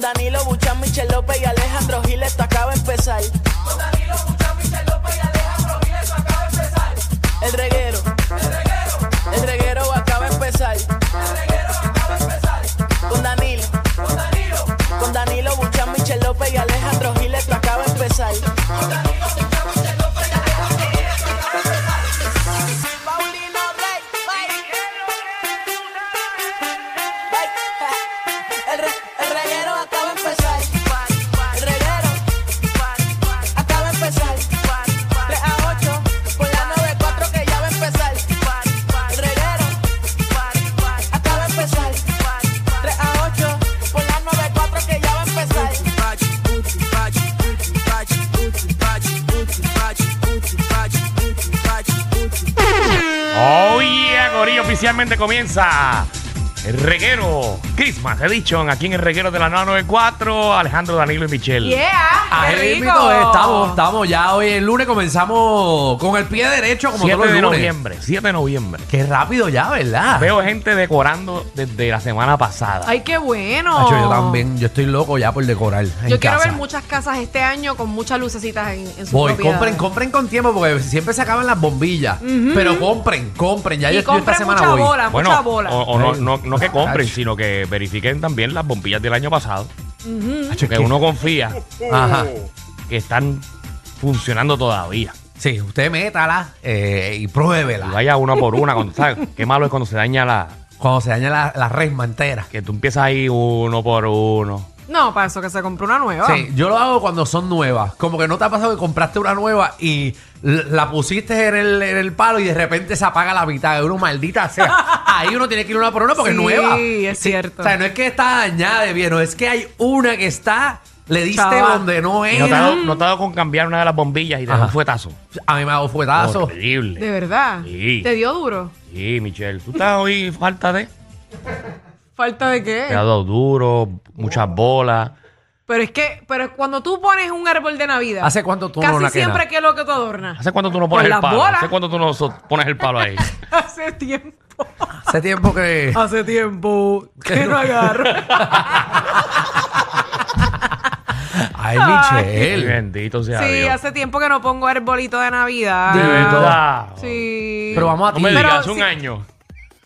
Danilo Buchan, Michel López y Alejandro Gil, esto acaba de empezar. Con Danilo Buchan, Michel López y Alejandro Gil, esto acaba de empezar. El reguero, El reguero, el reguero acaba de empezar. el reguero acaba de empezar. Con Danilo, Con Danilo, con Danilo Buchan, Michel López y Alejandro Gil, esto acaba de empezar. con Danilo Buchan, Michel López y Alejandro Gil, esto acaba de empezar. Paulino Rey, El, re- el reguero acaba de empezar. El reguero acaba de empezar. 3 a 8 por la 94 que ya va a empezar. El reguero acaba de empezar. 3 a 8 por la 94 que ya va a empezar. Oh yeah, Corillo, oficialmente comienza el reguero Christmas Edition aquí en el reguero de la 994, Alejandro, Danilo y Michelle. Ah, Yeah, qué el rico. ritmo es, eh, estamos, estamos ya hoy el lunes comenzamos con el pie derecho como 7 todos los de lunes. noviembre, 7 de noviembre. Qué rápido ya, ¿verdad? Veo gente decorando desde la semana pasada. Ay, qué bueno. Nacho, yo también, yo estoy loco ya por decorar. en Yo quiero casa. ver muchas casas este año con muchas lucecitas en, en su Voy, compren, compren con tiempo porque siempre se acaban las bombillas. Pero compren, compren. Ya yo Y estoy esta compren semana mucha voy. bola, mucha bueno, bola. o, o no, no- no que compren, Ay. sino que verifiquen también las bombillas del año pasado. Nacho, es Que que- uno confía Ajá. que están funcionando todavía. Sí, usted métala eh, y Y pruébela. vaya una por una. Cuando, ¿sabes? Qué malo es cuando se daña la... Cuando se daña la, la resma entera. Que tú empiezas ahí uno por uno. No, para eso que se compró una nueva. Sí, yo lo hago cuando son nuevas. Como que no te ha pasado que compraste una nueva y l- la pusiste en el, en el palo y de repente se apaga la mitad. de Uno, maldita sea. Ahí uno tiene que ir una por una porque Sí, es nueva. es cierto. O sea, no es que está dañada de bien, no es que hay una que está, le diste Chava. donde no Y no te ha era. dado- no te ha dado con cambiar una de las bombillas y te da Ajá. un fuetazo. A mí me ha dado fuetazo. Horrible. De verdad. Sí. Te dio duro. Sí, Michelle. Tú estás hoy falta de. Falta de Te ha qué. dado duro, muchas bolas. Pero es que, pero cuando tú pones un árbol de Navidad. ¿Hace cuánto tú no Casi la siempre quedas? que es lo que tú adornas. ¿Hace cuánto tú no Pues pones el las palo? bolas. ¿Hace cuánto tú no so- pones el palo ahí? Hace tiempo. Hace tiempo que. Hace tiempo que no agarro. Ay, Ay, Ay. Michelle. bendito sea sí, Dios. hace tiempo que no pongo arbolito de Navidad. De Ah. verdad. Sí. Pero vamos a No me ti. digas, Pero hace un sí. año.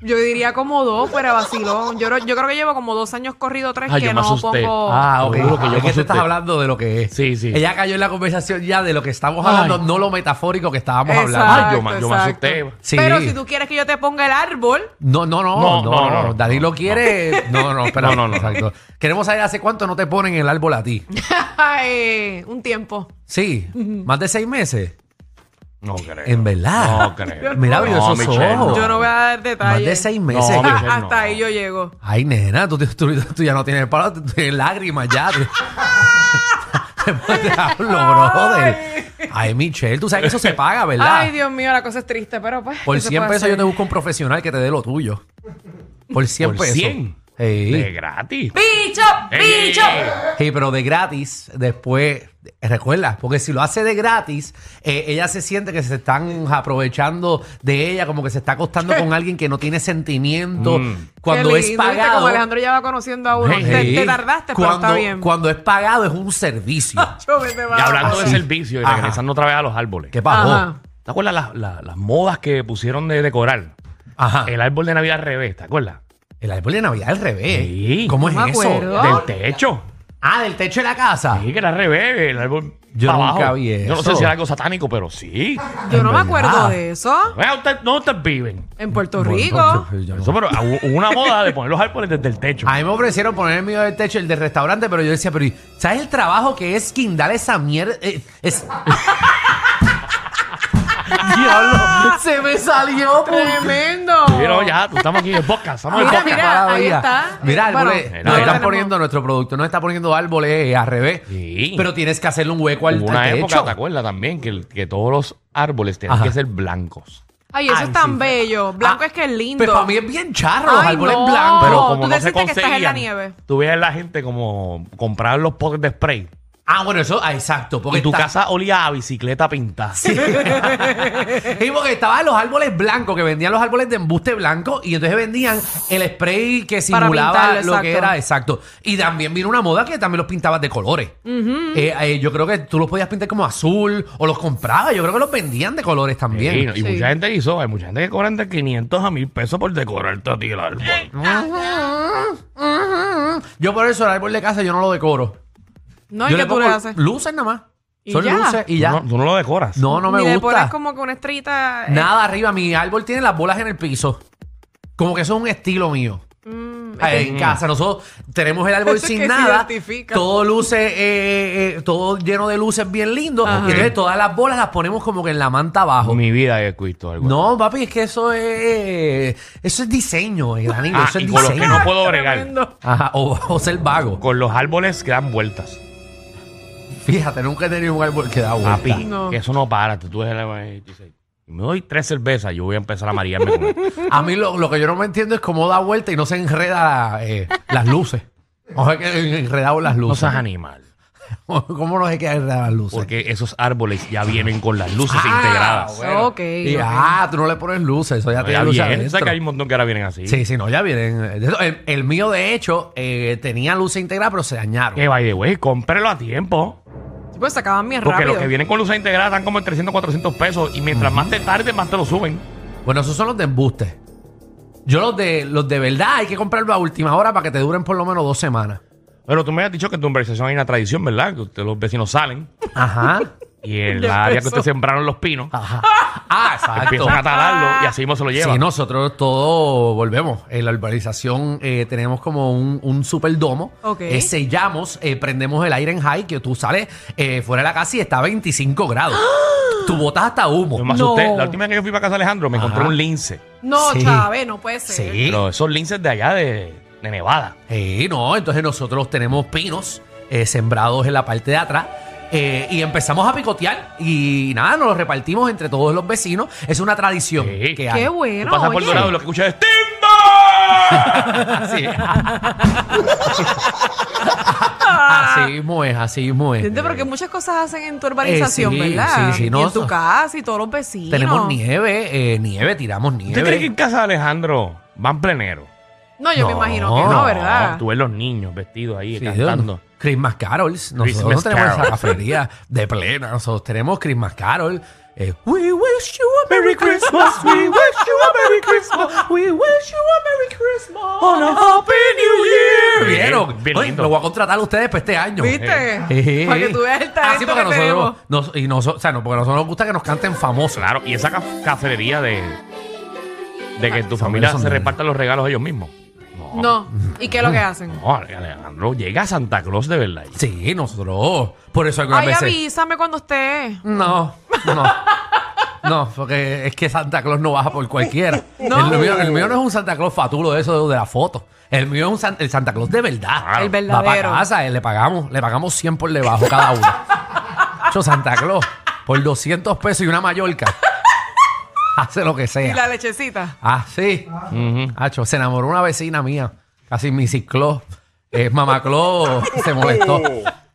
Yo diría como dos, pero vacilón. Yo, creo- yo creo que llevo como dos años corrido, tres Ay, yo que me no asusté. pongo. Ah, ok. Te juro que yo es me que tú estás asusté. hablando de lo que es. Sí, sí. Ella cayó en la conversación ya de lo que estamos hablando, Ay. no lo metafórico que estábamos hablando. Ay, yo me- yo me Exacto, asusté. exacto. Sí. Pero si tú quieres que yo te ponga el árbol, No, no, no, No, no, no, no, no, no. Danilo no, quiere. No, no, espera. No, no, no. Exacto. Queremos saber hace cuánto no te ponen el árbol a ti. ay, eh, un tiempo. Sí, más de seis meses. No creo. En verdad. No creo. Mira, No, vio esos Michelle, no. ojos. Yo no voy a dar Más detalles. de seis meses. No, Michelle, Hasta no. ahí yo llego. Ay, nena, tú, tú- tú ya no tienes palo, tú tienes lágrimas ya. Te, te hablo, brother. Ay, Michelle, tú sabes que eso se paga, ¿verdad? Ay, Dios mío, la cosa es triste, pero pues. Por ¿qué se 100 puede pesos yo te hacer? busco un profesional que te dé lo tuyo. Por 100 Por pesos. 100. Sí. De gratis. ¡Bicho! Ey, ¡Bicho! ey, ey. Sí, pero de gratis, después, recuerda, porque si lo hace de gratis, eh, ella se siente que se están aprovechando de ella, como que se está acostando con alguien que no tiene sentimiento. Mm. Cuando Qué es lindo, ¿viste? pagado. Como Alejandro ya va conociendo a uno. Ey. Te, te Sí. tardaste, cuando, pero está bien. Cuando es pagado es un servicio. Yo me te va. Y hablando de Así. servicio y Ajá. regresando otra vez a los árboles. ¿Qué pasó? Ajá. Ajá. ¿Te acuerdas las, las- las modas que pusieron de decorar? El árbol de Navidad al revés, ¿te acuerdas? El árbol de Navidad al revés. Sí. ¿Cómo es No me eso? acuerdo. Del- Del techo. ah, del techo de la casa. Sí, que era al revés, el árbol. Yo para nunca abajo. vi Yo no sé eso. si era algo satánico, pero sí. Yo no me En acuerdo verdad. de eso. Vea, usted, no ustedes viven. En Puerto Bueno, Rico. pues, yo no- Eso, pero ah, hubo hubo una moda de poner los árboles desde el techo. A mí me ofrecieron poner el mío del techo, el del restaurante, pero yo decía, pero ¿y ¿sabes el trabajo que es quindar esa mierda? Eh, es... Diablo, se me salió. pues? pu- Tremendo. Mira, ya, tú estamos aquí en el podcast. Estamos en Mira, podcast. Ah, mira, Cada ahí día. está. Mira, Bueno, árboles, mira, nos mira. están poniendo nuestro producto, nos está poniendo árboles eh, al revés. Sí. Pero tienes que hacerle un hueco al, Hubo una al época, techo. ¿te acuerdas también? Que, el- que todos los árboles tenían Ajá. que ser blancos. Ay, eso Ay, es tan sí. bello. Blanco Ah, es que es lindo. Pero para mí es bien charro los Ay, árboles no. blancos. Pero Oh, como tú no se deciste que estás en la conseguían, nieve. tú veías la gente como comprar los potes de spray Ah, bueno, eso, ah, exacto. Porque y tu está- casa olía a bicicleta pintada. Y porque estaban los árboles blancos, que vendían los árboles de embuste blanco, y entonces vendían el spray que Para simulaba pintarlo, lo que exacto. era, exacto. Y también vino una moda que también los pintabas de colores. Eh, eh, yo creo que tú los podías pintar como azul, o los comprabas, yo creo que los vendían de colores también. Sí, no, y Sí. mucha gente hizo, hay mucha gente que cobra entre 500 a 1000 pesos por decorarte a ti el árbol. Yo por eso el árbol de casa yo no lo decoro. No, yo ¿y qué tú le pongo haces? Luces nada más. ¿Y Son ya? luces y ya. Tú no, tú no lo decoras. No, no me Ni le pones gusta. como que una estrellita. eh, Nada arriba. Mi árbol tiene las bolas en el piso. Como que eso es un estilo mío. Ah, en casa nosotros tenemos el árbol Mm, Eso es sin que se nada, identifica. todo luce, eh, eh, todo lleno de luces bien lindo, Ajá. y entonces todas las bolas las ponemos como que en la manta abajo. Mi vida he escrito algo. No, papi, es que eso es eso es diseño, eh, Danilo, Ah, eso es y con los que diseño. no puedo bregar. tremendo. Ajá, o, o ser vago. Con los árboles que dan vueltas. Fíjate, nunca he tenido un árbol que da vuelta. Papi, No. que eso no para. Tú, tú eres el- dices, me doy tres cervezas, yo voy a empezar a marearme con esto. A mí lo, lo que yo no me entiendo es cómo da vuelta y no se enreda eh, las luces. O sea, que enredado las No luces. seas animal. ¿Cómo no se queda enredadas las luces? Porque esos árboles ya vienen con las luces Ah, integradas. bueno. Ok, Y, ok. Ah, tú no le pones luces, eso ya Ya tiene luces vienen. adentro. ¿Sabes que hay un montón que ahora vienen así? Sí, sí, no, ya vienen. eh, de eso. El, el mío, de hecho, eh, tenía luces integrada, pero se dañaron. Que by the way, cómprelo a tiempo. Pues se acaban bien Porque rápido. los que vienen con luces integradas están como en 300, 400 pesos. Y mientras más te tarde, más te lo suben. Bueno, esos son los de embuste. Yo los de los de verdad hay que comprarlos a última hora para que te duren por lo menos dos semanas. Pero tú me has dicho que en tu conversación hay una tradición, ¿verdad? Que ustedes, los vecinos salen Ajá. y en De la área que peso. ustedes sembraron los pinos, Ajá. Ah, exacto. empiezan a talarlo y así mismo se lo llevan. Sí, nosotros todos volvemos. En la urbanización eh, tenemos como un, un superdomo. Ok. Eh, sellamos, eh, prendemos el aire en high, que tú sales eh, fuera de la casa y está a 25 grados. ¡Ah! Tú botas hasta Yo humo. me asusté. No. La última vez que yo fui para casa de Alejandro me Ajá. encontré un lince. No, Sí. Chávez, no puede ser. Sí. Pero esos linces de allá de, de Nevada. Sí, no, entonces nosotros tenemos pinos eh, sembrados en la parte de atrás. eh, y empezamos a picotear y nada, nos los repartimos entre todos los vecinos. Es una tradición Sí. que hay. Qué Tú bueno. pasas por oye. Dorado y lo que escuchas es ¡Timba! Así es. así mismo es, así mismo es. Gente, porque muchas cosas hacen en tu urbanización, Eh, sí, ¿verdad? sí, sí, Y no, en tu so- casa y todos los vecinos. Tenemos nieve, eh, nieve, tiramos ¿Usted cree que nieve. en casa de Alejandro van plenero? No, yo me No, imagino que no, ¿verdad? Tú ves los niños vestidos ahí Sí, cantando. Dios. Christmas Carols. Nosotros no Christmas tenemos Carol. esa cafetería de plena. Nosotros tenemos Christmas Carol. eh, we wish you a Merry Christmas. We wish you a Merry Christmas. We wish you a Merry Christmas. On a Happy New Year. Bien, ¿Vieron? bien Oye, lindo. Lo voy a contratar a ustedes para este año. ¿Viste? Sí. Para que tú veas el talento Ah, sí, porque que nosotros, tenemos. nos- y noso- o sea, no, porque nosotros nos gusta que nos canten famosos. Claro, y esa ca- cafetería de, de que tu familia son se nenes. repartan los regalos ellos mismos. No. ¿Y qué es lo que hacen? No, Alejandro, llega Santa Claus de verdad. Sí, nosotros. Por eso algunas Ay, veces. avísame cuando esté. No, no. No, porque es que Santa Claus no baja por cualquiera. No. El, mío, el mío no es un Santa Claus fatulo de eso de la foto. El mío es un San- el Santa Claus de verdad. Claro. Ah. El Va para verdadero. casa, eh, le pagamos, le pagamos 100 por debajo cada uno. Yo Santa Claus, por 200 pesos y una Mallorca. Hace lo que Y la sea. lechecita. Ah, sí. Ujú. Hacho, se enamoró una vecina mía. Casi Mrs. Claus. Eh, Mamá Claus se molestó.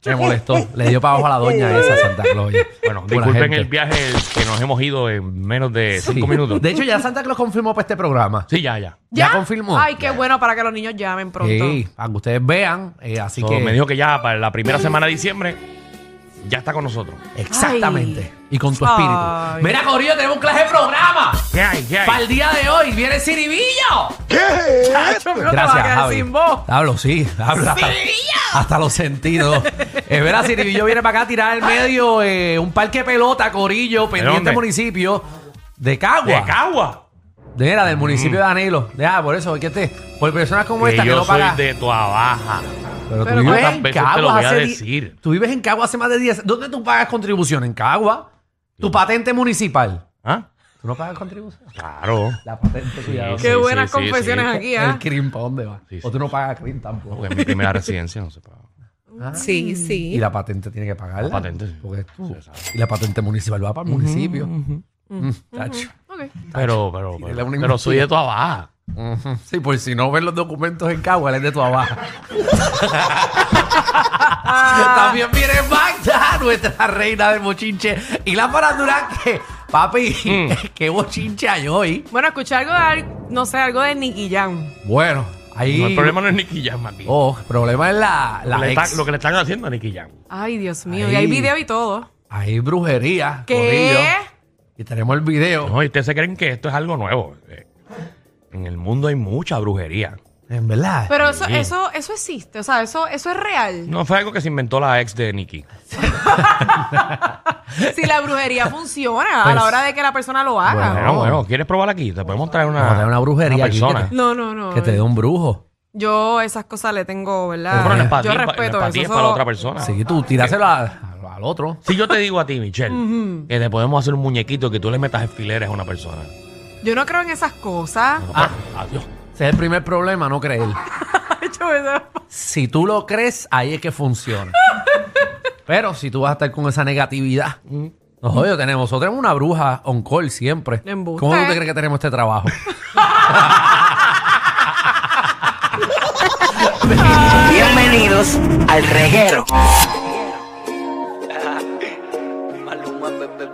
Se molestó. Le dio para abajo a la doña esa Santa Claus. oye. Bueno, Buena disculpen gente. el viaje que nos hemos ido en menos de Sí. cinco minutos. De hecho, ya Santa Claus confirmó para este programa. Sí, ya, ya. ¿Ya confirmó? Ay, qué bueno para que los niños llamen pronto. Sí, para que ustedes vean. eh, así So, que. Me dijo que ya para la primera semana de diciembre ya está con nosotros. Exactamente. Ay. Y con tu espíritu. Ay. Mira, Corillo, tenemos un clase de programa. ¿Qué hay? ¿Qué hay? Para el día de hoy viene Ciribillo. Chacho, pero te vas a Gracias, quedar Javi. sin voz. Hablo, sí. Hablo hasta, hasta los sentidos. Es verdad, Ciribillo viene para acá a tirar al medio eh, un parque de pelota, Corillo, pendiente dónde? municipio de Cagua. ¡De Cagua! De era del municipio de Danilo. De, ah, por eso, que te, por personas como Mm. Que esta que yo no soy pagan. de tu Baja. Pero Pero, pues, tú vives ¿cuántas en veces te Caguas lo voy a hace di- decir? Tú vives en Caguas hace más de 10 ¿Dónde tú pagas contribución? ¿En Cagua? ¿Tu patente municipal? ¿Ah? ¿Tú no pagas contribución? Claro. La patente tuya. ¿dónde? Qué Sí, buenas sí, sí, confesiones sí. aquí, ¿El ¿ah? CRIM para dónde va? Sí, sí. O tú no pagas CRIM tampoco. Porque es mi primera residencia, no sé. pa- Sí, sí. Y la patente tiene que pagarla. La patente, sí. Porque es tú. Sí, exacto. Y la patente municipal va para el municipio. Mm, tacho. Ok. Pero, pero, Sí, la pero, única pero soy de tu Baja. pues Ujú. Sí, por si no ven los documentos en Cagua, él es de tu abajo. También viene Magda, nuestra reina del bochinche. Y la farándula que, papi, Mm. qué bochinche hay hoy. Bueno, escuché algo de, al- no sé, algo de Nicky Jam. Bueno, ahí. No, el problema no es Nicky Jam, Mati. Oh, el problema es la, la Le ex. están- lo que le están haciendo a Nicky Jam. Ay, Dios mío. Ahí. Y hay video y todo. Hay brujería. ¿Qué? corillo. Y tenemos el video. No, y ustedes se creen que esto es algo nuevo. Eh, En el mundo hay mucha brujería. En verdad. Pero eso, eso, eso existe, o sea, eso, eso es real. No fue algo que se inventó la ex de Nicky. Si la brujería funciona a Pues- la hora de que la persona lo haga. Bueno, bueno, ¿quieres probar aquí? Te podemos traer una, Ah, Vamos a traer una brujería aquí, persona. que No, no, no. Que te dé un brujo. Yo esas cosas le tengo, ¿verdad? Pero no es para ti, Yo es pa- no es respeto para eso. ti, es eso- para la otra persona. Ah, Sí, tú tiráselo a- a- al otro. Si yo te digo a ti, Michelle, que te podemos hacer un muñequito que tú le metas alfileres a una persona. Yo no creo en esas cosas. No, Ah. pero- adiós. Ese es el primer problema, no creer. Yo eso- Si tú lo crees, ahí es que funciona. Pero si tú vas a estar con esa negatividad. No, yo tenemos, nosotros tenemos una bruja on call siempre. Embuste. ¿Cómo tú te crees que tenemos este trabajo? Bienvenidos al reguero. Maluma, bebé.